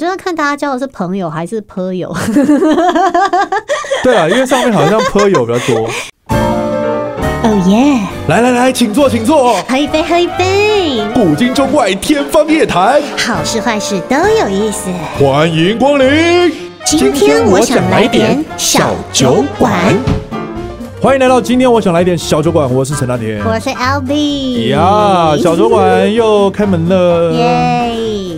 就是看大家交的是朋友还是朋友。 对啊，因为上面好像颇友比较多。哦耶！来来来，请坐，请坐。喝一杯，喝一杯，古今中外，天方夜谭，好事坏事都有意思。欢迎光临。今天我想来点小酒馆。欢迎来到今天我想来点小酒馆，我是陈大天。我是 L B。呀，小酒馆又开门了。耶！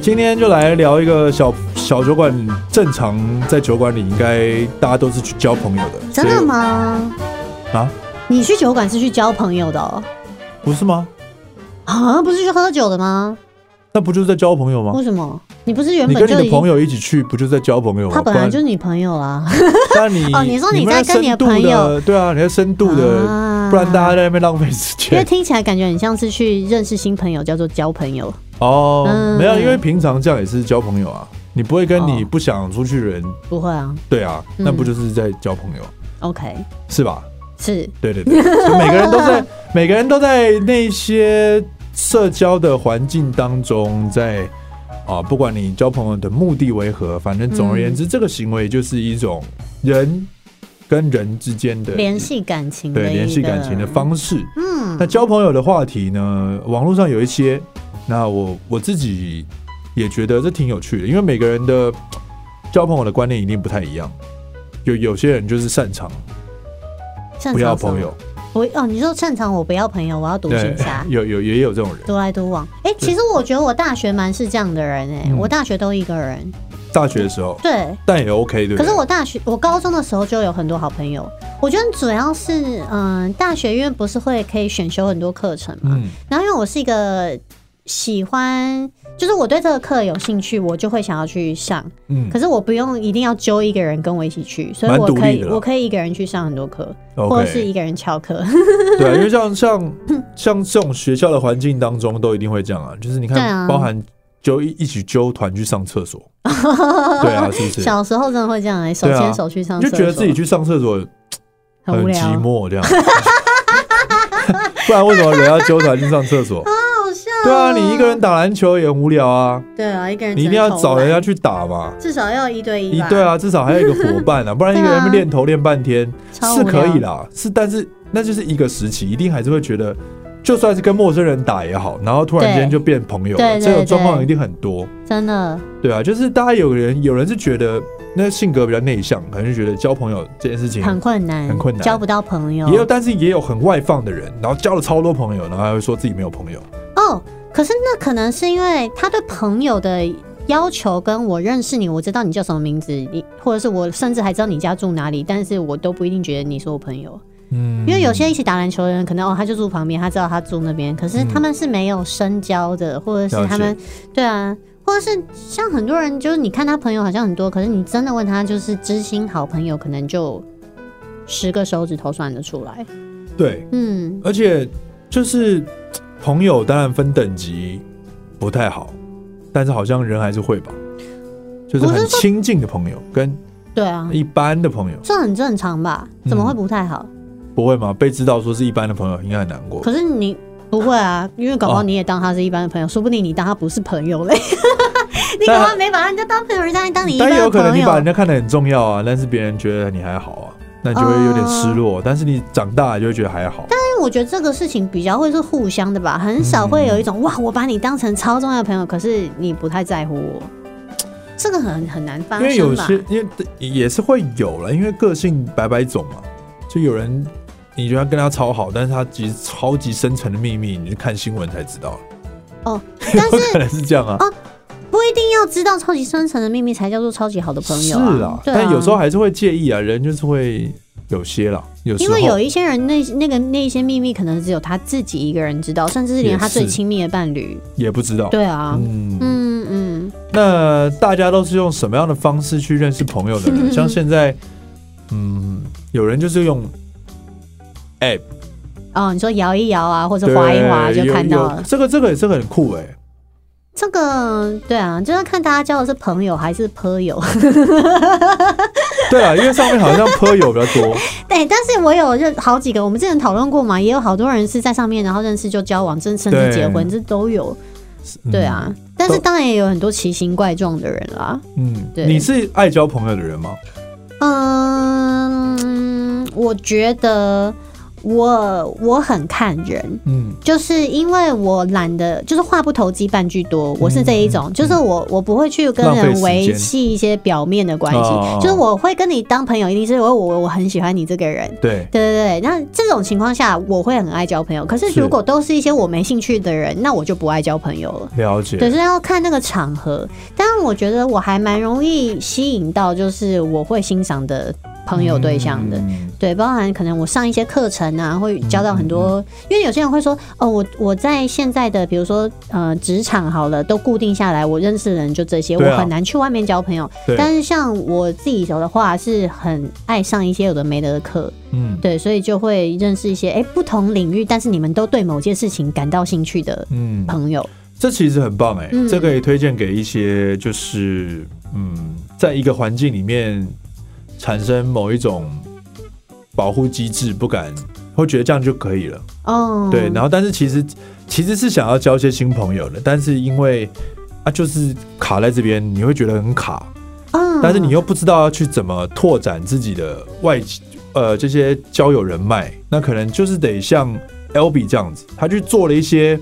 今天就来聊一个小小酒馆，正常在酒馆里应该大家都是去交朋友的，真的吗？所以？啊，你去酒馆是去交朋友的哦？不是吗？啊，不是去喝酒的吗？那不就是在交朋友吗为？什么？你不是原你本跟你就的已朋经？友一起去，不就是在交朋友吗？他本不来然就是你朋友啊啦。但你哦你说你们在要跟你的深度朋友的对啊，你在深度的，啊不然大家在那边浪费时因为间。听起来感觉很像是去认识新朋友，叫做交朋友。 哦嗯，没有，因为平常这样也是交朋友啊，你不会跟你哦不想出去的人，不会啊对啊，嗯那不就是在交朋友， ，OK，是吧？是对对对，所以每个人都 在，每个人都在那些社交的环境当中，在啊，不管你交朋友的目的为何，反正总而言之，这个行为就是一种人跟人之间的联系感情的对联系一个感情的方式。嗯那交朋友的话题呢，网络上有一些，那我我自己也觉得这挺有趣的，因为每个人的交朋友的观念一定不太一样。有有些人就是擅长擅长不要什么朋友，，，我哦，你说擅长我不要朋友，我要独行侠有有也有这种人。独来独往。哎、其实我觉得我大学蛮是这样的人哎、嗯我大学都一个人，大学的时候，对。但也 OK，对不可对？是我大学，我高中的时候就有很多好朋友。我觉得主要是，嗯，大学因为不是会可以选修很多课程嘛，嗯然后因为我是一个喜欢，就是我对这个课有兴趣，我就会想要去上。嗯可是我不用一定要揪一个人跟我一起去，所以蛮我独可立以的啦我可以一个人去上很多课，或者是嗯，OK，一个人翘课。对啊， 因为像像像这种学校的环境当中，都一定会这样啊，就是你对看，啊包含揪一一起揪团去上厕 所，对啊，是不是？小时候真的会这样哎、手对啊牵手去上你厕就所，觉得自己去上厕所很无很聊，寂寞这样。 不然为什么人要纠团去上厕所？好笑。对啊，你一个人打篮球也很无聊啊，对啊，一个人你一定要找人家，去打嘛。至少要一对一你吧？对，啊，至少还有一个伙伴啊，不然一个对人啊练头练半天超是无聊可以啦，是但是那就是一个时期，一定还是会觉得，就算是跟陌生人打也好，然后突然间对就变朋友了，对对这种状况对一定很多。真的对啊，就是大家有人有人是觉得那性格比较内向，可能就觉得交朋友这件事情很困难，啊很困难交不到朋友。也有，但是也有很外放的人，然后交了超多朋友，然后还会说自己没有朋友。哦，可是那可能是因为他对朋友的要求跟我认识你，我知道你叫什么名字，你或者是我甚至还知道你家住哪里，但是我都不一定觉得你是我朋友，嗯因为有些一起打篮球的人，可能哦他就住旁边，他知道他住那边，可是他们是没有深交的，或者嗯了是解他们对啊。或者是像很多人，就是你看他朋友好像很多，可是你真的问他，就是知心好朋友，可能就十个手指头算得出来。对，嗯，而且就是嘖朋友当然分等级不太好，但是好像人还是会吧，就是我是很说亲近的朋友跟对啊，一般的朋友这很正常吧？怎么会不太好？嗯不会吗？被知道说是一般的朋友应该很难过。可是你不会啊，因为搞不哦好你也当他是一般的朋友，说不定你当他不是朋友嘞。 你搞不好没把人家当朋友，人家当你一但般也有的可能朋你把人友。家看得很重要啊，但是别人觉得你还好啊，那你就会有点失啊落。但是你长大了就会觉得还好。啊但是我觉得这个事情比较会是互相的吧，很少会嗯有一种、哇，我把你当成超重要的朋友，可是你不太在乎我，这个很很难发因为生有吧？些，因为也是会有了，因为个性百百种嘛，就有人你觉得跟他超好，但是他其实超级深层的秘密，你去看新闻才知道，哦 但有是哦可能是这样啊，不一定要知道超级深层的秘密才叫做超级好的朋友是啊啊，。对啊但有时候还是会介意啊，人就是会有些啦，有时因候为有一些人那那个那一些秘密可能只有他自己一个人知道，甚至是也连他最是亲密的伴侣。也不知道，对啊，嗯，嗯嗯，那大家都是用什么样的方式去认识朋友的呢？像现在，嗯，有人就是用。App 哦，你说摇一摇啊，或者划一划对就看有到有了。这个这个也是很酷哎、这个对啊，就是看大家交的是朋友还是朋友。对啊，因为上面好像朋友比较多，对，哎但是我有认好几个，我们之前讨论过嘛，也有好多人是在上面，然后认识就交往，甚甚对至结婚，这都有。嗯对啊，但但是当然也有很多奇形怪状的人啦。嗯，对你是爱交朋友的人吗？嗯，我觉得我我很看人，嗯，就是因为我懒得，就是话不投机半句多，我是这一种，就是我我不会去跟嗯浪费时人间维系一些表面的关系哦，就是我会跟你当朋友，一定是因为我我很喜欢你这个人。对，对对对，那这种情况下我会很爱交朋友，可是是如果都是一些我没兴趣的人，那我就不爱交朋友了。了解。对，是要看那个场合。但我觉得我还蛮容易吸引到，就是我会欣赏的朋友对象的。嗯对，包含可能我上一些课程啊，会交到很嗯多，因为有些人会说，哦，我我在现在的比如说呃职场好了，都固定下来，我认识的人就这些，对啊我很难去外面交朋友。对但是像我自己的话，是很爱上一些有的没的的课，嗯对，所以就会认识一些哎不同领域，但是你们都对某件事情感到兴趣的嗯，朋友。这其实很棒哎、嗯这个也推荐给一些就是嗯，在一个环境里面产生某一种保护机制，不敢会觉得这样就可以了。哦，对，然后但是其实其实是想要交一些新朋友的，但是因为啊就是卡在这边，你会觉得很卡，嗯，但是你又不知道要去怎么拓展自己的外呃这些交友人脉，那可能就是得像 L B 这样子，他去做了一些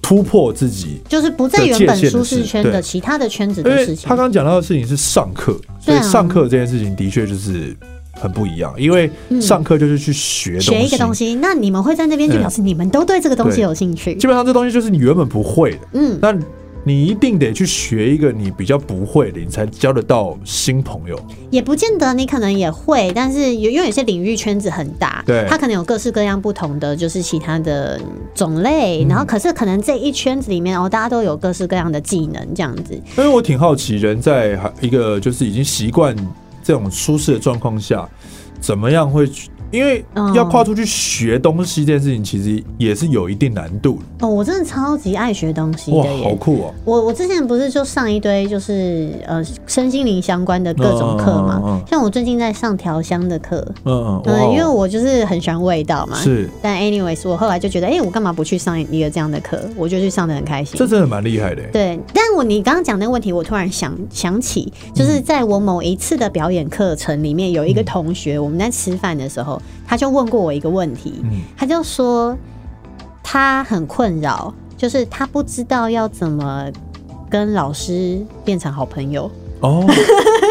突破自己。就是不在原本舒适圈的其他的圈子因的为事他情刚。刚讲到的事情是上课，所对以啊上课这件事情的确就是很不一样，因为嗯上课就是去学学一个东西，西，那你们会在那边就表示你们都对这个东西对有兴趣基。本上这东西就是你原本不会的，嗯，那你一定得去学一个你比较不会的，你才交得到新朋友。也不见得你可能也会，但是有因为有些领域圈子很大，对它可能有各式各样不同的就是其他的种嗯类，然后可是可能这一圈子里面哦，大家都有各式各样的技能这样子。因为我挺好奇，人在一个就是已经习惯这种舒适的状况下，怎么样会去？因为嗯要跨出去学东西这件事情，其实也是有一定难度的。哦，我真的超级爱学东西哇的，好耶！酷哦！我我之前不是就上一堆就是呃身心灵相关的各种课嘛，嗯嗯嗯像我最近在上调香的课，嗯嗯，哇嗯，哦因为我就是很喜欢味道嘛。是但 anyways，我后来就觉得，哎、我干嘛不去上一个这样的课？我就去上的很开心这。真的蛮厉害的。对，但我你刚刚讲那个问题，我突然想想起，就是在我某一次的表演课程里面，有一个同学，我们在吃饭的时候，他就问过我一个问题，嗯他就说他很困扰，就是他不知道要怎么跟老师变成好朋友。哦，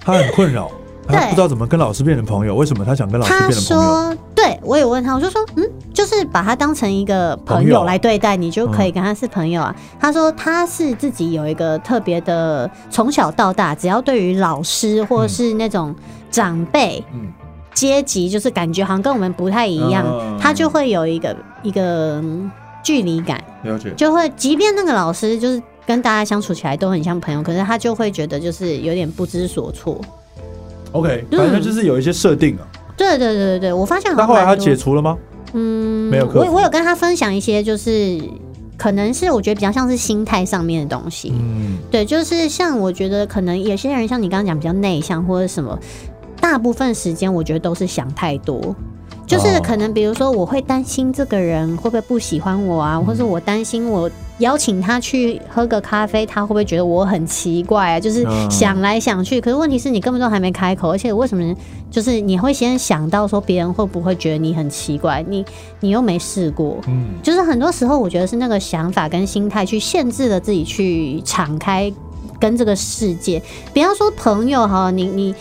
他很困扰，他对不知道怎么跟老师变成朋友。为什么他想跟老师他变成朋友？说，对我也问他，我就说，嗯，就是把他当成一个朋朋友嗯友来对待，你就可以跟他是朋友啊。他说他是自己有一个特别的，从小到大，只要对于老师或是那种长辈嗯，阶级，就是感觉好像跟我们不太一样，嗯他就会有一个一个、嗯距离感，了解。就会即便那个老师就是跟大家相处起来都很像朋友，可是他就会觉得就是有点不知所措。 OK，嗯反正就是有一些设定啊。对对对对对，我发现好那像后来蛮他多解除了吗？嗯，没有克我服我有跟他分享一些，就是可能是我觉得比较像是心态上面的东西。嗯，对，就是像我觉得可能有些人像你刚刚讲比较内向或者什么，大部分时间我觉得都是想太多。就是哦可能，比如说，我会担心这个人会不会不喜欢我啊，或嗯者我担心我邀请他去喝个咖啡，他会不会觉得我很奇怪啊？就是嗯想来想去，可是问题是你根本都还没开口，而且为什么就是你会先想到说别人会不会觉得你很奇怪？你你又没试过，嗯，就是很多时候，我觉得是那个想法跟心态去限制了自己去敞开跟这个世界。不要说朋友哈，你你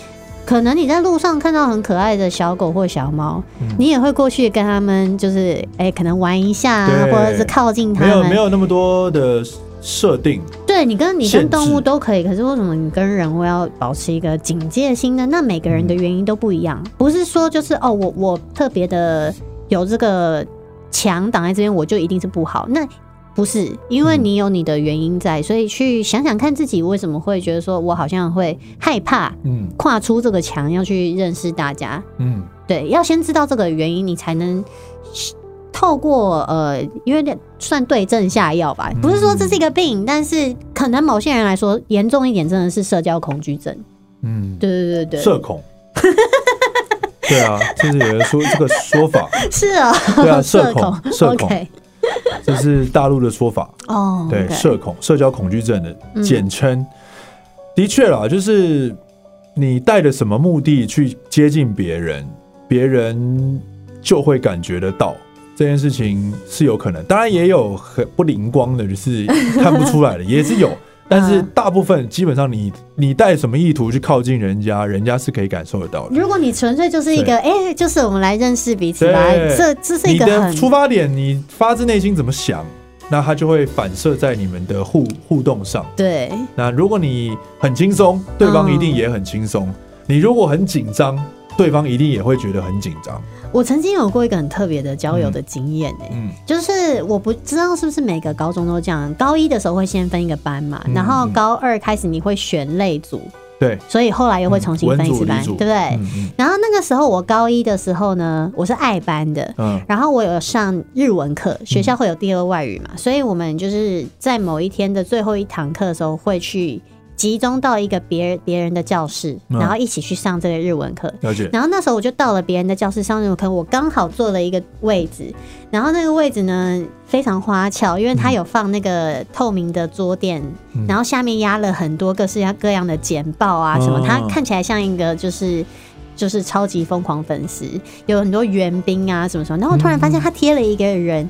可能你在路上看到很可爱的小狗或小猫，嗯你也会过去跟他们就是哎、可能玩一下啊，对或者是靠近他没有没们。有那么多的设定。对你跟你限跟制动物都可以，可是为什么你跟人会要保持一个警戒心呢？那每个人的原因都不一嗯样，不是说就是哦，我我特别的有这个墙挡在这边，我就一定是不好。那不是，因为你有你的原因在，所以去想想看自己为什么会觉得说我好像会害怕嗯跨出这个墙，要去认识大家。嗯，对，要先知道这个原因，你才能透过呃，因为算对症下药吧。嗯不是说这是一个病，但是可能某些人来说，严重一点真的是社交恐惧症。嗯，对对对对，社恐。 对啊，就是有人说这个说法，是啊，对啊，社社恐，社恐 OK，这是大陆的说法。哦，对， OK 社恐、社交恐惧症的嗯简称。的确啦，就是你带着什么目的去接近别人，别人就会感觉得到。这件事情是有可能，当然也有很不灵光的，就是看不出 来的，也是有。但是嗯大部分基本上你，你带什么意图去靠近人家，人家是可以感受得到的。如果你纯粹就是一个，哎、就是我们来认识彼此对吧，这这是一你个的很出发点，你发自内心怎么想，那它就会反射在你们的互互动上。对，那如果你很轻嗯松，对方一定也很轻松；你如果很紧张，对方一定也会觉得很紧张。我曾经有过一个很特别的交友的经验欸呢、嗯就是我不知道是不是每个高中都这样，高一的时候会先分一个班嘛，嗯然后高二开始你会选类组，对，所以后来又会重新文分一组次理班，对组不对？嗯嗯然后那个时候我高一的时候呢，我是爱班的，嗯然后我有上日文课，学校会有第二外语嗯嘛，所以我们就是在某一天的最后一堂课的时候，会去集中到一个别别人的教室，嗯然后一起去上这个日文课。了解。然后那时候我就到了别人的教室上日文课，我刚好坐了一个位置，然后那个位置呢非常花俏，因为它有放那个透明的桌垫，嗯然后下面压了很多各式各样的简报啊什么，哦它看起来像一个就是。就是超级疯狂粉丝，有很多援兵啊什么什么，然后我突然发嗯现他贴了一个人，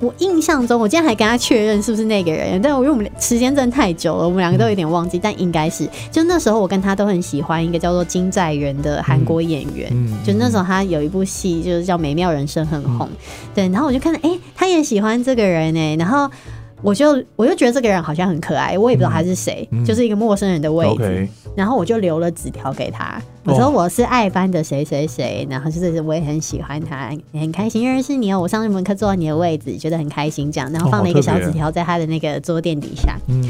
我印象中我今天还跟他确认是不是那个人，但我因为我们时间真的太久了，我们两个都有点忘记，但应该是。就那时候我跟他都很喜欢一个叫做金在元的韩国演员，嗯就那时候他有一部戏就是叫《美妙人生》很红，对，然后我就看到，哎、他也喜欢这个人哎、然后我就我就觉得这个人好像很可爱，我也不知道他是谁，嗯就是一个陌生人的位置， OK，然后我就留了纸条给他，我说哦我是爱班的谁谁谁，然后就是我也很喜欢他，也很开心认识你哦，我上日文课坐到你的位置，觉得很开心这样，然后哦放了一好个特小别纸条在他的那个桌垫底下。嗯，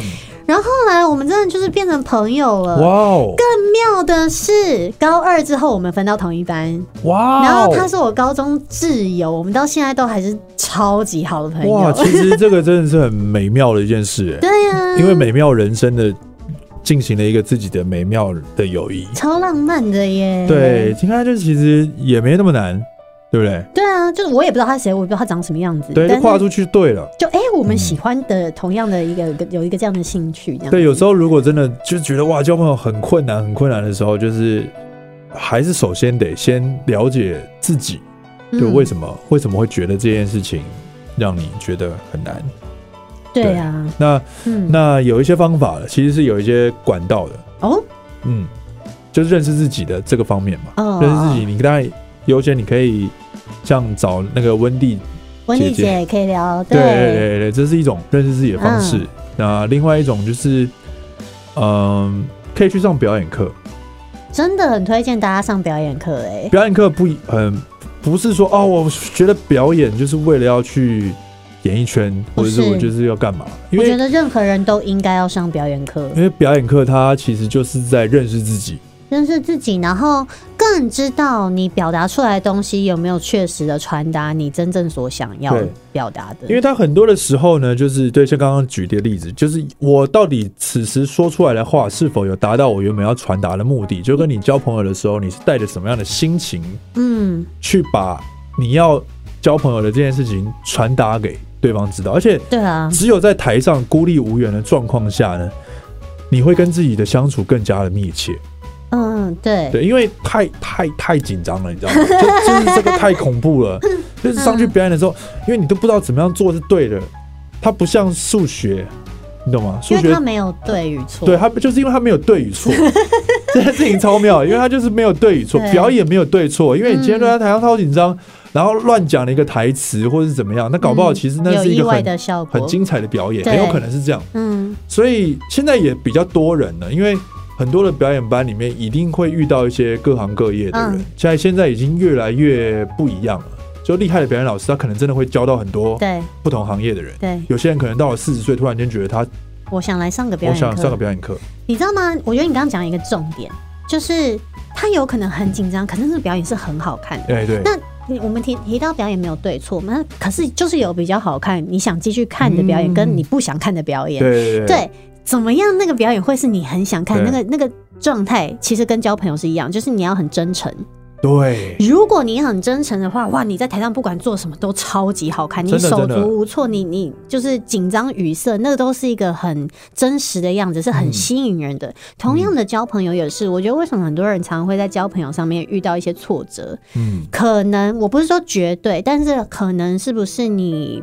后来我们真的就是变成朋友哇了。哦，妙的是，高二之后我们分到同一班，然哇后他哦，是我高中挚友，我们到现在都还是超级好的朋哇，友。其实这个真的是很美妙的一 件事，哎对啊呀、因为美妙人生的进行了一个自己的美妙的友谊。超浪漫的耶。对，，听开就其实也没那么难，对不对？对啊，就是我也不知道他是谁，我也不知道他长什么样子，对，但就是跨出去对了。就哎、我嗯们喜欢的同样的一个有一个有一个这样的兴趣，这样对，有时候候如果真的就觉得哇交朋友很困难很困难的时候，就是还是首先得先了解自己，嗯就为什么、为什么会觉得这件事情让你觉得很难。对啊，那嗯，那有一些方法，其实是有一些管道的，哦嗯，就是认识自己的这个方面嘛。哦，认识自己，哦，你当然优先，你可以像找那个温蒂温妮姐姐也可以聊，对对对对，这是一种认识自己的方嗯式。那另外一种就是，嗯、可以去上表演课。真的很推荐大家上表演课哎、表演课不一很不是说哦，我觉得表演就是为了要去演艺圈，或不者是是我就是要干嘛？因我觉为得任何人都应该要上表演课，因为表演课它其实就是在认识自己。认识自己，然后更知道你表达出来的东西有没有确实的传达你真正所想要对表达的。因为它很多的时候呢，就是对像刚刚举的例子，就是我到底此时说出来的话是否有达到我原本要传达的目的，就跟你交朋友的时候，你是带着什么样的心情嗯，去把你要交朋友的这件事情传达给对方知道，而且对啊，只有在台上孤立无援的状况下呢，你会跟自己的相处更加的密切。嗯，对，对，因为太太太紧张了，你知道吗？就就是这个太恐怖了。就是上去表演的时候，因为你都不知道怎么样做是对的，它不像数学，你懂吗？数因为学他没有对与错，对它就是因为它没有对与错，这件事情超妙，因为它就是没有对与错，对嗯表演没有对错，因为你今天都在台上超紧张，然后乱讲了一个台词或是怎么样，那搞不好嗯其实那有是一意个外很的效果，很精彩的表演，对很有可能是这样。嗯，所以现在也比较多人了，因为很多的表演班里面一定会遇到一些各行各业的人，嗯现在现在已经越来越不一样了。就厉害的表演老师，他可能真的会教到很多对不同行业的人。对。有些人可能到了四十岁，突然间觉得他我想来上个表我演课，想上个表演课，你知道吗？我觉得你刚刚讲一个重点，就是他有可能很紧张，可是那个表演是很好看的。哎对，那你我们提提到表演没有对错嘛，那可是就是有比较好看，你想继续看的表演，嗯跟你不想看的表演，对对对，怎么样那个表演会是你很想看，那对个那个状态，其实跟交朋友是一样，就是你要很真诚，对，如果你很真诚的话，哇，你在台上不管做什么都超级好看，你真的手真的足无措，你你就是紧张语塞，那个都是一个很真实的样子，是嗯很吸引人的。同样的，交朋友也是，我觉得为什么很多人常常会在交朋友上面遇到一些挫折，嗯，可能我不是说绝对，但是可能是不是你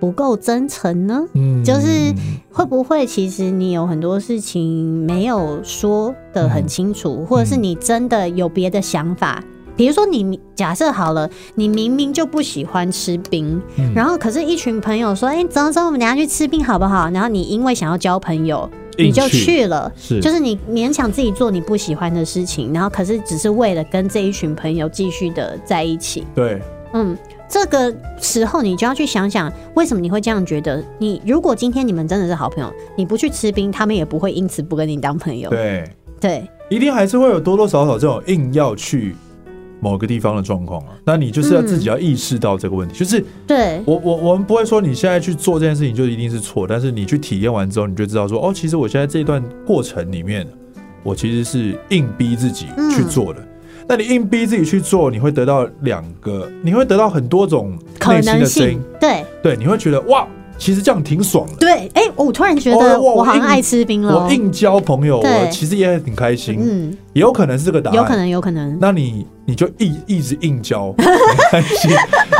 不够真诚呢？嗯就是会不会其实你有很多事情没有说的嗯很清楚，或者是你真的有别的想法？比如说你假设好了，你明明就不喜欢吃冰，嗯然后可是一群朋友说，哎、走走，我们等下去吃冰好不好？然后你因为想要交朋友，你硬就去去了。是就是你勉强自己做你不喜欢的事情，然后可是只是为了跟这一群朋友继续的在一起，对，嗯，这个时候你就要去想想，为什么你会这样觉得？你如果今天你们真的是好朋友，你不去吃冰，他们也不会因此不跟你当朋友。对，对一定还是会有多多少少这种硬要去某个地方的状况啊。那你就是要嗯自己要意识到这个问题，就是对我我我们不会说你现在去做这件事情就一定是错，但是你去体验完之后，你就知道说，哦，其实我现在这一段过程里面，我其实是硬逼自己嗯去做的。那你硬逼自己去做，你会得到两个，你会得到很多种可内心能的声音性，，对对，你会觉得哇，其实这样挺爽的。对，哎、我突然觉得哦我我好像硬爱吃冰了我哦。硬交朋友，对我其实也挺开心，嗯，也有可能是这个答案，有可能，有可能，那你你就一一直硬交，没 关系，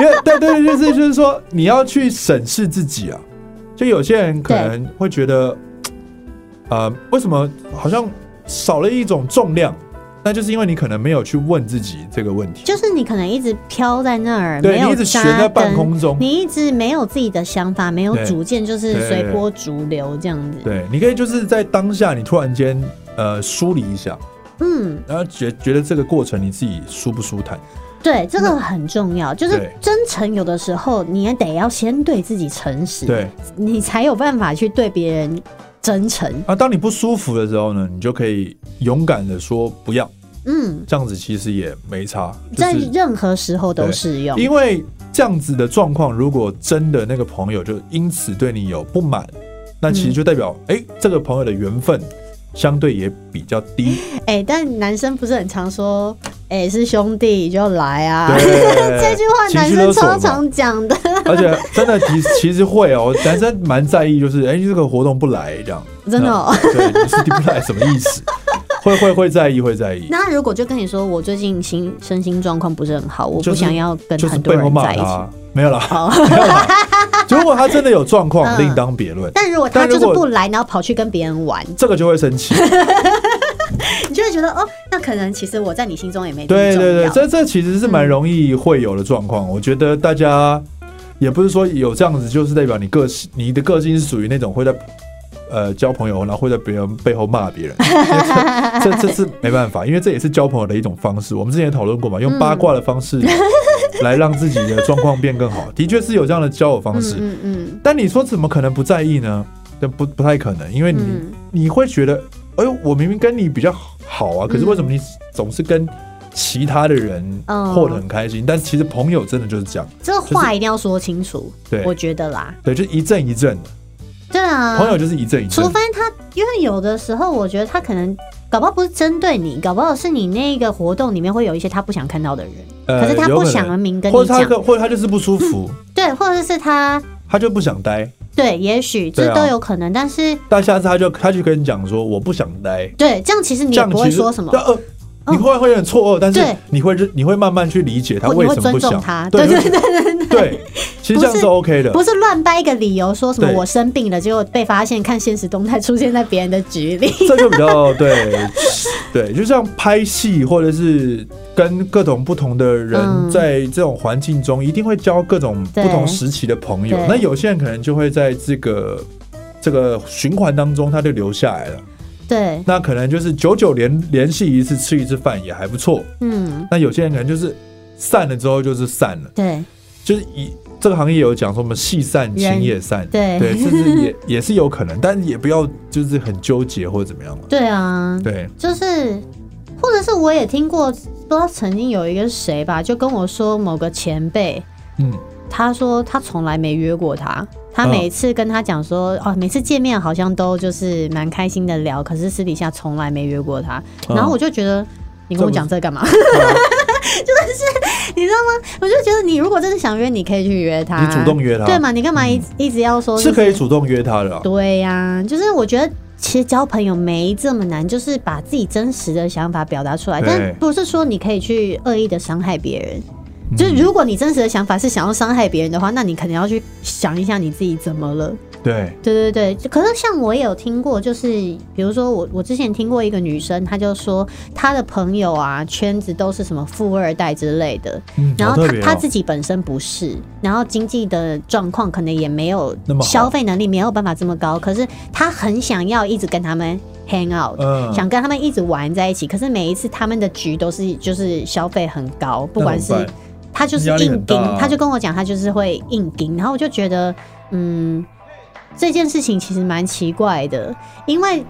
因为对对，对就是就是说你要去审视自己啊。就有些人可能会觉得，呃，为什么好像少了一种重量？那就是因为你可能没有去问自己这个问题，就是你可能一直飘在那儿，没对你有一直悬扎在半根空中。你一直没有自己的想法，没有对主见，就是对随波逐流这样子。对，你可以就是在当下，你突然间呃梳理一下，嗯，然后觉觉得这个过程你自己舒不舒坦？对，这个很重要，就是对真诚。有的时候你也得要先对自己诚实，对，你才有办法去对别人真诚。啊，当你不舒服的时候呢，你就可以勇敢的说不要，嗯，这样子其实也没差，就在是任何时候都适用。因为这样子的状况，如果真的那个朋友就因此对你有不满，那其实就代表哎、诶这个朋友的缘分相对也比较低，哎、但男生不是很常说，哎、是兄弟就来啊， 这对句，话情男绪生勒索超嘛常讲的，而且真的其实其实会哦，男生蛮在意，就是哎、诶这个活动不来这样， 真的、哦。那对，你是你不来什么 意思？会会会在意，会在意，那如果就跟你说，我最近心身心状况不是很好，我就不是想要跟就是很多背后人骂啊在一起。 他，没有啦，哦没有啦。 如果他真的有状况，嗯另当别 论。但如果他但就如是果不来，然后跑去跟别人玩，这个就会生气，你就会觉得哦，那可能其实我在你心中也没这么对对对，重要这这其实是蛮容易会有的状况。我觉得大家也不是说有这样子，就是代表你个性，你的个性是属于那种会在呃交朋友，然后会在别人背后骂别人。 这这这是没办法，因为这也是交朋友的一种方式。我们之前也讨论过嘛，用八卦的方式来让自己的状况变更好，的确是有这样的交友方式。嗯嗯但你说怎么可能不在意呢？这不不太可能，因为你、嗯你会觉得，哎呦，我明明跟你比较好啊，可是为什么你总是跟其他的人嗯过得很开心？但其实朋友真的就是这样，嗯，这话一定要说清楚，对我觉得啦，对，就是一阵一阵的，对啊，朋友就是一阵一阵除的。非他，因为有的时候我觉得他可能。搞不好不是针对你，搞不好是你那个活动里面会有一些他不想看到的人，呃可是他有不可能想而明跟或你者他讲，可或者他就是不舒服，对，或者是他他就不想待。对，也许对这啊都有可能，但是但下次他就他就跟你讲说我不想待，对这样其实你也这样不其会实说什么哦对，呃，你会会有点错愕，但是对你会认你会慢慢去理解啊他或为你会什么不尊重想。他，对对对，对对，其实这样不是是 OK 的。不是乱掰一个理由说什么对我生病了，结果被发现看现实动态出现在别人的局 里，这就比较对 对，就像拍戏或者是跟各种不同的嗯人在这种环境中，一定会交各种不对同时期的朋友对。那有些人可能就会在这个这个循环当中，他就留下来了。对，那可能就是久久联联系一次，吃一次饭也还不错。嗯，那有些人可能就是散了之后就是散了，对就是以这个行业有讲说我们戏散情也散，对对，甚至也也是有可能，但也不要就是很纠结或者怎么样了。对啊，对，就是，或者是我也听过，不知道曾经有一个谁吧，就跟我说某个前辈，嗯。他说他从来没约过他。他每次跟他讲嗯说，哦，每次见面好像都就是蛮开心的聊，可是私底下从来没约过他。嗯然后我就觉得，你跟我讲这干嘛？ 你知道吗？我就觉得你如果真的想约，你可以去约他，你主动约他嗯对嘛？你干嘛一、一直要说、是可以？主动约他的啊、对呀、就是我觉得。其实交朋友没这么难，就是把自己真实的想法表达出来，对但不是说你可以去恶意的伤害别人。就是如果你真实的想法是想要伤害别人的话，那你可能要去想一下你自己怎么了。对，对对对，可是像我也有听过，就是比如说我我之前听过一个女生，她就说她的朋友啊圈子都是什么富二代之类的，嗯然好后特她别哦她自己本身不是，然后经济的状况可能也没有那么好消费能力没有办法这么高，可是她很想要一直跟他们 hang out，、嗯想跟他们一直玩在一起，可是每一次他们的局都是就是消费很高，不管是那怎么办他就是压力很硬大盯，啊他就跟我讲，他就是会硬盯，然后我就觉得，嗯，这件事情其实蛮奇怪的，因为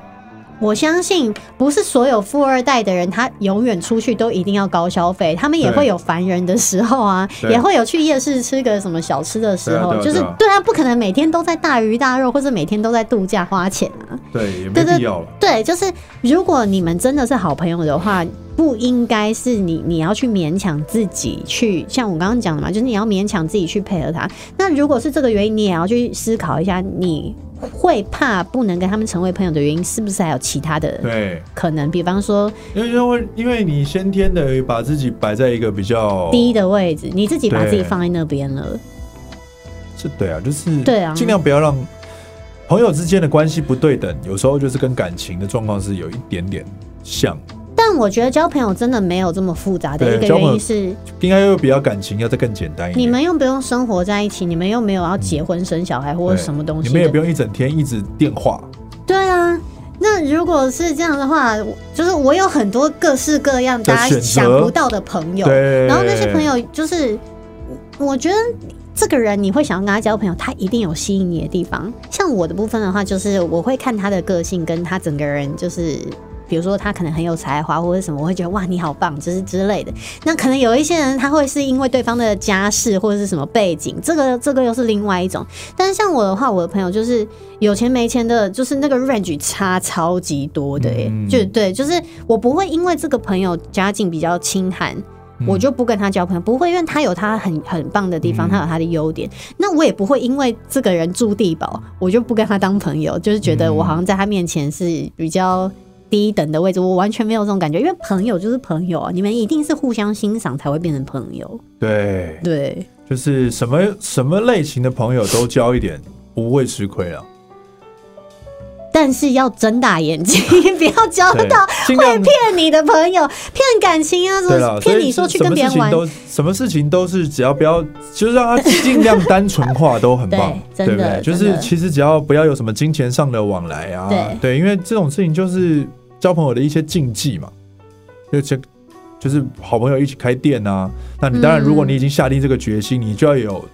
我相信不是所有富二代的人，他永远出去都一定要高消费，他们也对会有烦人的时候啊，对也会有去夜市吃个什么小吃的时候，对啊对啊就是对啊对啊，不可能每天都在大鱼大肉，或者每天都在度假花钱啊，对也没对对必要了。对，就是如果你们真的是好朋友的话，不应该是你你要去勉强自己去，像我刚刚讲的嘛，就是你要勉强自己去配合他。那如果是这个原因，你也要去思考一下，你会怕不能跟他们成为朋友的原因，是不是还有其他的对，可能？比方说因为因为因为你先天的把自己摆在一个比较低的位置，你自己把对自己放在那边了，是对啊，就是对啊尽量不要让朋友之间的关系不对等，有时候就是跟感情的状况是有一点点像，但我觉得交朋友真的没有这么复杂的对一个交朋原友因是，应该又比较感情要再更简单一点。你们又不用生活在一起，你们又没有要结婚生小孩或者对什么东西的，你们也不用一整天一直电话，对啊，那如果是这样的话，我就是我有很多各式各样的大家选择想不到的朋友，对，然后那些朋友就是，我我觉得这个人你会想要跟他交朋友，他一定有吸引你的地方。像我的部分的话，就是我会看他的个性跟他整个人就是。比如说他可能很有才华或者什么，我会觉得哇你好棒，就是之类的。那可能有一些人他会是因为对方的家世或者是什么背景，这个这个又是另外一种。但是像我的话，我的朋友就是有钱没钱的，就是那个 range 差超级多的耶，嗯就对，就是我不会因为这个朋友家境比较清寒，嗯我就不跟他交朋友，不会，因为他有他很很棒的地方，嗯他有他的优点。那我也不会因为这个人住地堡，我就不跟他当朋友，就是觉得嗯我好像在他面前是比较低等的位置，我完全没有这种感觉，因为朋友就是朋友啊，你们一定是互相欣赏才会变成朋友。对，对，就是什么什么类型的朋友都交一点，不会吃亏啊。但是要睁大眼 睛，不要交对到尽会量骗你的朋友，骗感情啊，对啦说，骗你说所以去跟别人玩什。么事情都什么事情都是只要不要，就是让他 尽量单纯化都很棒，对对真不的对？就真是的其实只要不要有什么金钱上的往来啊，对因为这种事情就是交朋友的一些禁忌嘛，就这。就是好朋友一起开店啊，那你当然，嗯如果你已经下定这个决心，你就要有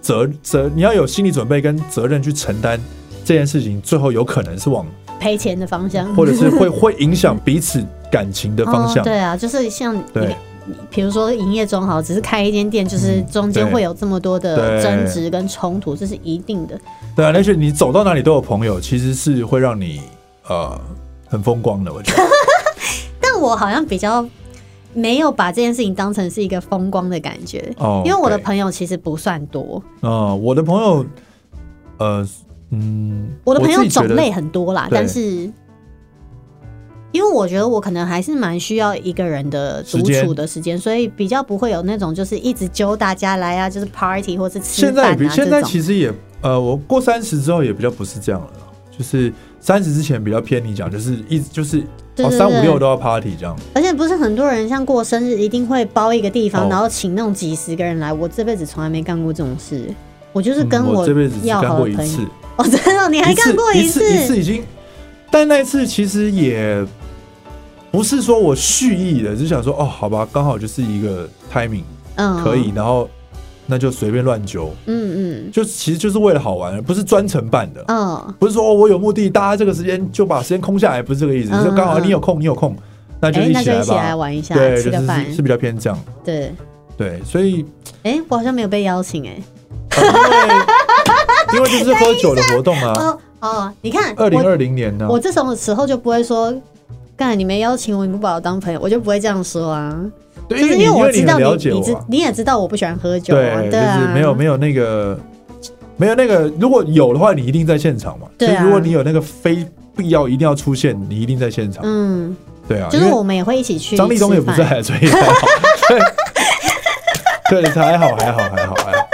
责责，你要有心理准备跟责任去承担这件事情，最后有可能是往，赔钱的方向，或者是 会会影响彼此感情的方向哦。。对啊，就是像对你，比如说营业中好，只是开一间店，就是嗯中间对会有这么多的对争执跟冲突，这是一定的。对啊，而且你走到哪里都有朋友，其实是会让你呃很风光的。我觉得但我好像比较没有把这件事情当成是一个风光的感觉，哦，因为我的友，朋友其实不算多，嗯，我的朋友，呃，嗯，我的朋友自己觉种得类很多啦，对但是。因为我觉得我可能还是蛮需要一个人的独时间处的时间，所以比较不会有那种就是一直揪大家来啊，就是 party 或是吃现饭在啊比现在这种。其实也呃，我过三十之后也比较不是这样了啦，就是三十之前比较偏你讲，就是一直就是对哦对三五对六都要 party 这样。而且不是很多人像过生日一定会包一个地方，哦然后请那种几十个人来。我这辈子从来没干过这种事，我就是跟嗯我这辈子只要干好过的一朋友。次， 哦，真的哦，你还一次干过一次？一次已经，但那一次其实也不是说我蓄意的，只想说哦，好吧，刚好就是一个 timing 嗯，可以，。然后那就随便乱揪，嗯嗯就其实就是为了好玩，不是专程办的，嗯，不是说哦我有目的，大家这个时间就把时间空下来，不是这个意思，嗯就刚好嗯你有空，你有空，那就哎，一那起就一来起来吧，玩一下，对，吃就个是饭是。是比较偏这样，对，对，所以哎，我好像没有被邀请哎。呃 因为因为这是喝酒的活动啊，哦哦，你看二零啊我二零年呢，我这种时候就不会说干你没邀请我，你不把我当朋友，我就不会这样说啊。对，就是因为我为知你道很了你，解你我知啊，你也知道我不喜欢喝酒啊，对，就对是啊，没有没有那个没有那个，如果有的话，你一定在现场嘛。对啊就如果你有那个非必要一定要出现，你一定在现场。嗯，对啊，就因是为我们也会一起去。张立东也不，在，所以还好。对，对还好，还好，还好，还好。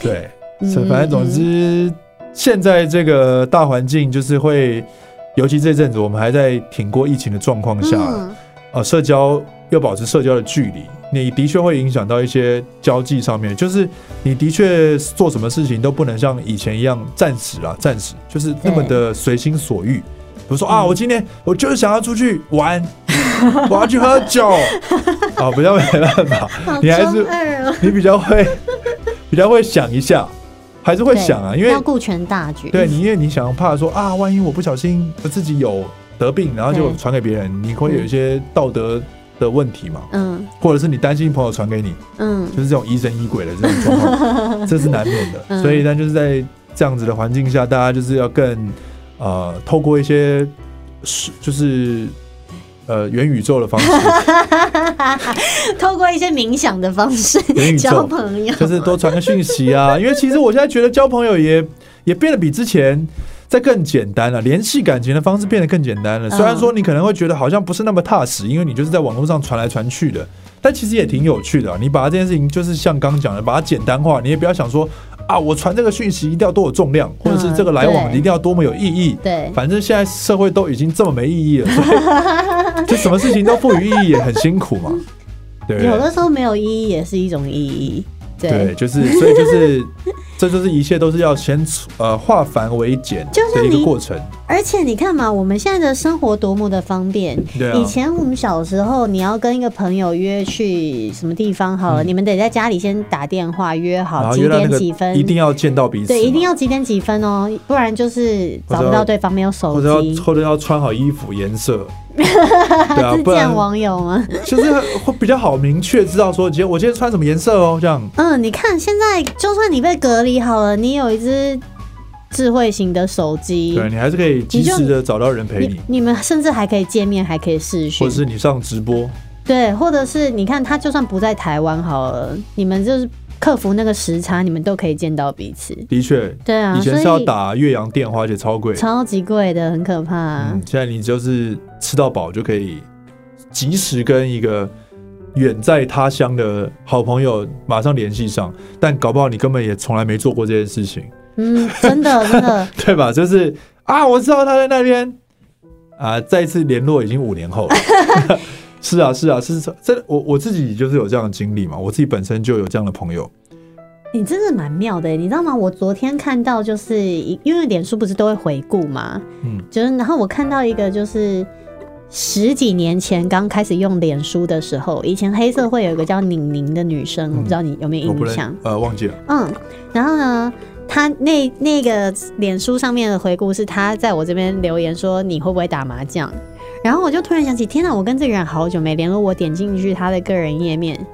对，所以反正总嗯之，现在这个大环境就是会，尤其这阵子我们还在挺过疫情的状况下，嗯，呃，社交要保持社交的距离，你的确会影响到一些交际上面，就是你的确做什么事情都不能像以前一样暂时啊，暂时就是那么的随心所欲。比如说啊，嗯我今天我就是想要出去玩，我要去喝酒，啊，比较没办法，好你还是中二哦你比较会比较会想一下，还是会想啊，因为要顾全大局。对你，因为你想怕说啊，万一我不小心我自己有得病，然后就对传给别人，你会有一些道德的问题嘛，嗯或者是你担心朋友传给你，嗯就是这种疑神疑鬼的这种状况，这是难免的。嗯 所以，但就是在这样子的环境下，大家就是要更呃，透过一些是就是呃元宇宙的方式，透过一些冥想的方式元宇宙交朋友，就是多传个讯息啊。 因为其实我现在觉得交朋友也也变得比之前再更简单了，联系感情的方式变得更简单了。虽然嗯说你可能会觉得好像不是那么踏实，因为你就是在网络上传来传去的，但其实也挺有趣的啊、你把这件事情就是像刚讲的，把它简单化，你也不要想说啊，我传这个讯息一定要多有重量，或者是这个来往对一定要多么有意义。对，反正现在社会都已经这么没意义了，所以 就什么事情都赋予意义也很辛苦嘛，对不对？有的时候没有意义也是一种意义。对，对，就是所以就是，这就是一切都是要先处呃化繁为简就像的一个你过程。而且你看嘛，我们现在的生活多么的方便。对啊以，前我们小时候，你要跟一个朋友约去什么地方好了，嗯你们得在家里先打电话约然好后几约到那点个几分，一定要见到彼此嘛，对，一定要几点几分哦，不然就是找不到对方，没有手或者机要。或者要穿好衣服 颜色，对啊是，不这然样网友吗？ 就是会比较好明确知道说今天我今天穿什么颜色哦，这样。嗯，你看现在就算你被隔离好了，你有一只智慧型的手机，对你还是可以及你就时的找到人陪你你，你们甚至还可以见面，还可以视或讯者，是你上直播，对，或者是你看他就算不在台湾好了，你们就是克服那个时差，你们都可以见到彼此。的确。对啊，以前所是要打岳阳电话，而且超贵。超级贵的，很可怕、啊嗯，现在你就是吃到饱就可以及时跟一个远在他乡的好朋友马上联系上，但搞不好你根本也从来没做过这件事情，嗯，真的真的，对吧？就是啊，我知道他在那边啊，再次联络已经五年后了。是啊，是啊，是这我我自己就是有这样的经历嘛，我自己本身就有这样的朋友，你真的蛮妙的，欸你知道吗？我昨天看到就是一，因为脸书不是都会回顾嘛，嗯，就是然后我看到一个就是十几年前刚开始用脸书的时候，以前黑社会有一个叫宁宁的女生，我不知道你有没有嗯我不印象能？呃忘记了，嗯，然后呢，她那那个脸书上面的回顾是她在我这边留言说你会不会打麻将，然后我就突然想起，天哪，我跟这个人好久没联络，我点进去她的个人页面。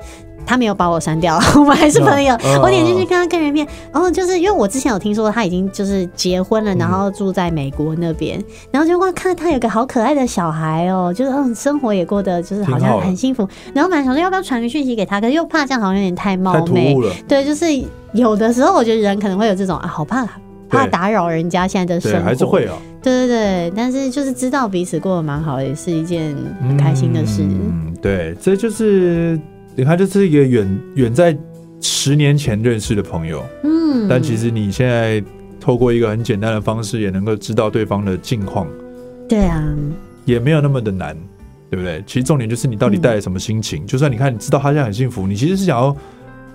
她没有把我删掉， 我们还是朋友。嗯我点进去嗯看她个人页面，然后就是因为我之前有听说她已经就是结婚了，嗯然后住在美国那边，然后就哇，看她有个好可爱的小孩哦、就是嗯，生活也过得就是好挺好像的很幸福。然后本来想说要不要传个讯息给她，可是又怕这样好像有点太冒太突昧，兀了，对，就是有的时候我觉得人可能会有这种啊，好怕怕对打扰人家现在的生对，活，还是会啊，对对对，但是就是知道彼此过得蛮好的，也是一件很开心的事。嗯，对，这就是你看，这是一个远远在十年前认识的朋友，嗯，但其实你现在透过一个很简单的方式，也能够知道对方的近况，对啊，也没有那么的难，对不对？其实重点就是你到底带来什么心情。就算你看，你知道他现在很幸福，你其实是想要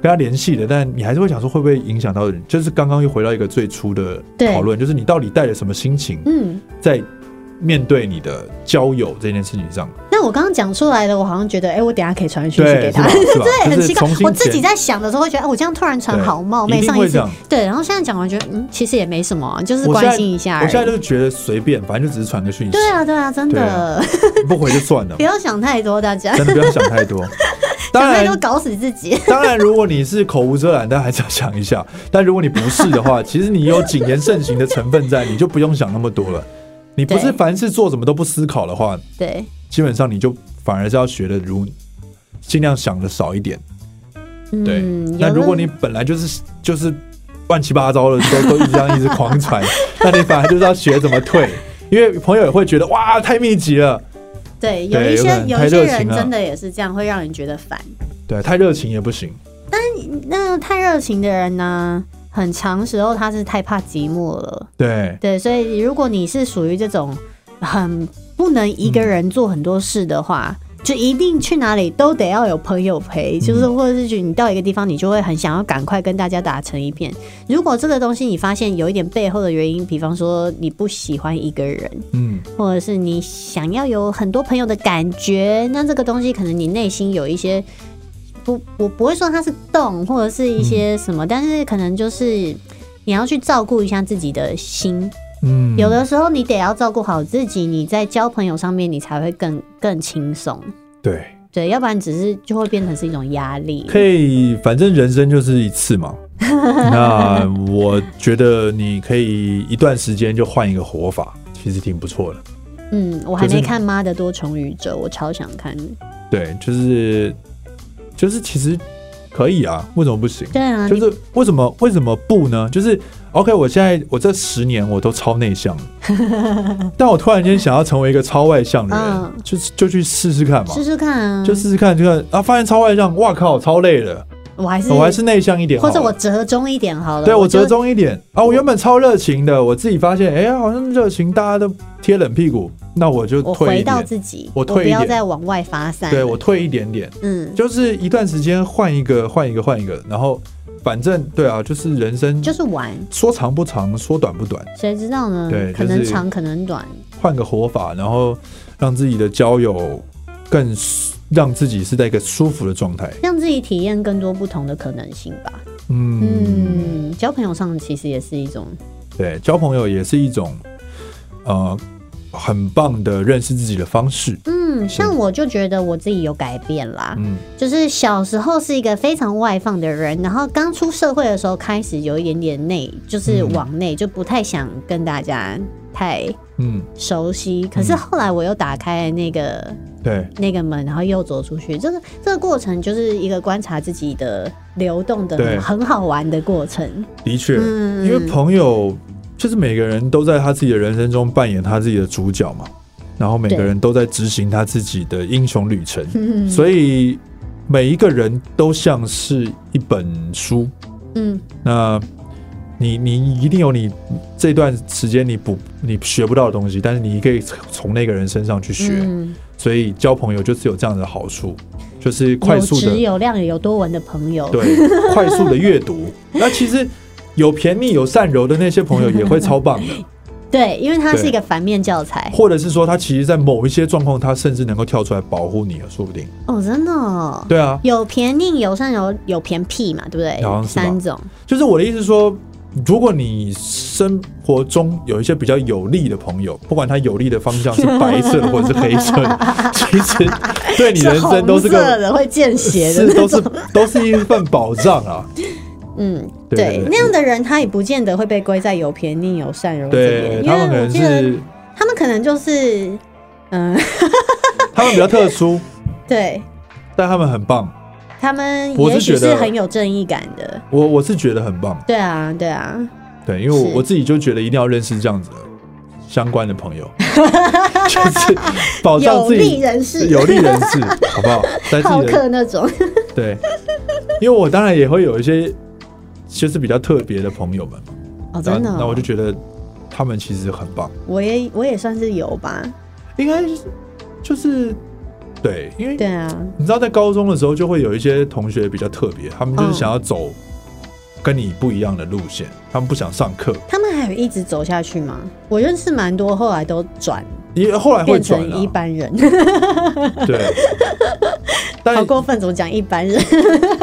跟他联系的，但你还是会想说会不会影响到人。就是刚刚又回到一个最初的对讨论，就是你到底带了什么心情嗯，在面对你的交友这件事情上。那我刚刚讲出来的，我好像觉得，哎、我等一下可以传讯息对，给是他 吧？。是吧？对，就很是奇怪重。新我自己检在想的时候会觉得，哎、我这样突然传对好冒一昧，定上会一这次样对，然后现在讲完觉得，嗯，其实也没什么，就是我现关在心一下我而现在已。就是觉得随便，反正就只是传个讯息，对啊，对啊，真对的，啊不回就算 了不，要想太多，大家真的不要想太多。当想太然多， 搞死自己。当然，如果你是口无遮拦，但还是要想一下；但如果你不是的话，其实你有谨言慎行的成分在，你就不用想那么多了。你不对是凡事做什么都不思考的话，对，基本上你就反而是要学的如尽量想的少一点。对嗯，那有如果的你本来就是就是乱七八糟的，都都一直这样一直狂 传，那你反而就是要学怎么退，因为朋友也会觉得哇太密集了，对有对一有可些能有太一些热人情了真的也是这样，会让人觉得烦。对，太热情也不行。那太热情的人呢，很长时候他是太怕寂寞了。对，对，所以如果你是属于这种很不能一个人做很多事的话，就一定去哪里都得要有朋友嗯陪，就是或者是觉得你到一个地方，你就会很想要赶快跟大家打成一片。如果这个东西你发现有一点背后的原因，比方说你不喜欢一个人，嗯，或者是你想要有很多朋友的感觉，那这个东西可能你内心有一些不，我不会说它是动或者是一嗯些什么，但是可能就是你要去照顾一下自己的心。嗯有的时候你得要照顾好自己，你在交朋友上面你才会更更轻松。对，对，要不然只是就会变成是一种压力。可以，反正人生就是一次 嘛。那我觉得你可以一段时间就换一个活法，其实挺不错的。嗯，我还可是没看《妈的多重宇宙》，我超想看。对，就是就是其实可以啊，为什么不行？对啊，就你是为什么为什么不呢？就是 OK，我现在我这十年我都超内向的， 但我突然间想要成为一个超外向的人，嗯就就去试试看嘛，试试看啊。就试试看，就看啊，发现超外向，哇靠，超累了，我还是我还是内向一点好或了，者我折中一点好了。对我就折中一点啊，我原本超热情的，我自己发现，哎、呀，好像热情大家都贴冷屁股，那我就我退回一到点，自己，我退不一要点再往外发散。对我退一点点，嗯，就是一段时间换一个，换一个，换一个，然后反正对啊，就是人生就是玩，说长不长，说短不短，谁知道呢？对可就是能长，可能短。换个活法，然后让自己的交友更让自己是在一个舒服的状态，让自己体验更多不同的可能性吧。嗯嗯，交朋友上其实也是一种，对，交朋友也是一种呃很棒的认识自己的方式，嗯，是像我就觉得我自己有改变啦，嗯。就是小时候是一个非常外放的人，然后刚出社会的时候开始有一点点内，就是嗯往内，就不太想跟大家太嗯熟悉。可是后来我又打开那个对，那个门，然后又走出去，这个这个过程就是一个观察自己的流动对的很好玩的过程。的确，嗯因为朋友就是每个人都在他自己的人生中扮演他自己的主角嘛，然后每个对人都在执行他自己的英雄旅程，嗯所以每一个人都像是一本书。嗯，那你你一定有你这段时间你补你学不到的东西，但是你可以从那个人身上去学，嗯所以交朋友就是有这样的好处，就是快有速的质有量有多文的朋友，对，快速的阅读。那其实有便宜有善柔的那些朋友也会超棒 的，对，因为它是对一个反面教材或者是说他其实，在某一些状况，他甚至能够跳出来保护你，说不定。哦，真的、哦。对啊，有便宜，有善有有便屁嘛，对不好像对？是吧三种，就是我的意思是说，如果你生活中有一些比较有利的朋友，不管他有利的方向是白色的 或者是黑色 的，其实对你人生都是红色个的会见血的是那都是种。都是一份保障 啊。嗯，对对对对，那样的人他也不见得会被归在有便宜有善柔这对边，因他们可为我能记得是他们可能就是，嗯， 他们比较特殊，对但他们很棒，他们我是也许觉是得很有正义感的。我我是觉得很棒。对啊，对啊，对，因为我是我自己就觉得一定要认识这样子的相关的 朋友，就是保障有自利己人士，有利人士，好不好？在自好己的客那 种。对，因为我当然也会有一些就是比较特别的朋友们，哦，然后真的哦、那我就觉得他们其实很棒，我也我也算是有吧。应该是就是对，因为对啊，你知道在高中的时候就会有一些同学比较特别，他们就是嗯想要走跟你不一样的路线，他们不想上课，他们还有一直走下去吗？我认识蛮多，后来都转也后来会变转啊成了、一般人，对， 好但过分，怎么讲一般人？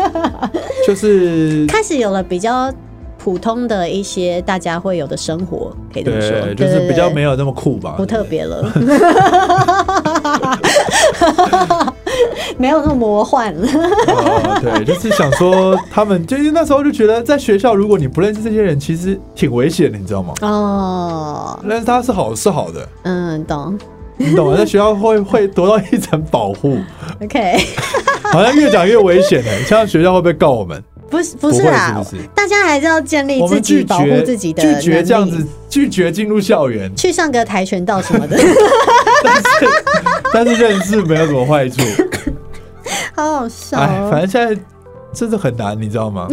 就是开始有了比较普通的一些大家会有的生活，可以这么说，对，就是比较没有有那啊 么酷吧，不特对对别了。 没有那么魔幻了。啊，对，就是想说他们，就是那时候就觉得在学校，如果你不认识这些人，其实挺危险的，你知道吗？哦，但是他是好是好的，嗯，懂。你懂吗？在学校会 会得到一层保护， OK， 好像越讲越危险了。像学校会不会告我们？不是不不是啦会是不是大家还是要建立我自们己拒保护绝自己的拒绝这样能力，子，拒绝进入校园 去上个跆拳道什么的，但是但是认识没有什么 坏处。好好笑哎，反哦。正现在真的很难，你知 道吗？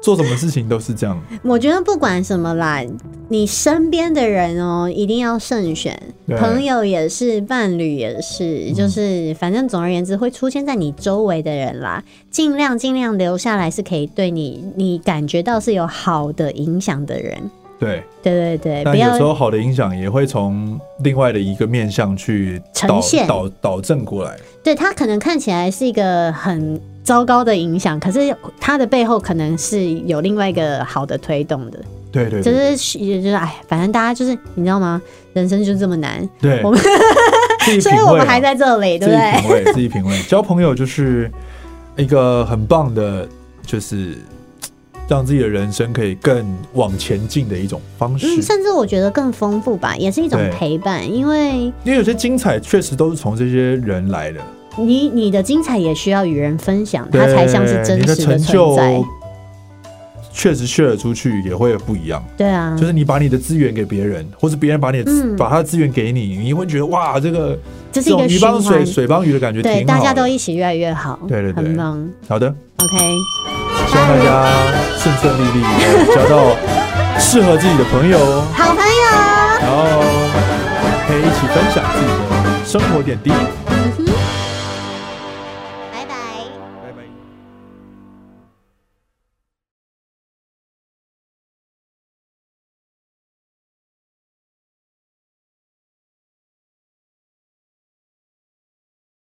做什么事情都是这样。我觉得不管什么啦，你身边的人哦，一定要慎选，对嗯朋友也是，伴侣也是，就是反正总而言之，会出现在你周围的人啦，尽量尽量留下来，是可以对你你感觉到是有好的影响的人。对，对对对，但哎不有时要候好的影响也会从另外的一个面向去导呈现导导正过来。对他可能看起来是一个很糟糕的影响，可是他的背后可能是有另外一个好的推动的。对对就对是也就是哎，反正大家就是你知道吗？人生就这么难，对，我们自己 所品以我味们嘛还在这里，对自不己对？品味，自己品味。交朋友就是一个很棒的，就是让自己的人生可以更往前进的一种方式。嗯，甚至我觉得更丰富吧，也是一种对陪伴，因为因为有些精彩确实都是从这些人来的，你你的精彩也需要与人分享，它对，才像是真你的实的成存就在。确实 share 出去也会不一样，对啊，就是你把你的资源给别人，或是别人把你的、嗯把他的资源给你，你会觉得哇，这个这这是一种个鱼循帮环水，，水帮鱼的感觉挺好对，的。大家都一起越来越好，对对对很棒。好的， OK，希望大家顺顺利利，交到适合自己的朋友，哦好朋友，然后可以一起分享自己的生活点滴。嗯哼。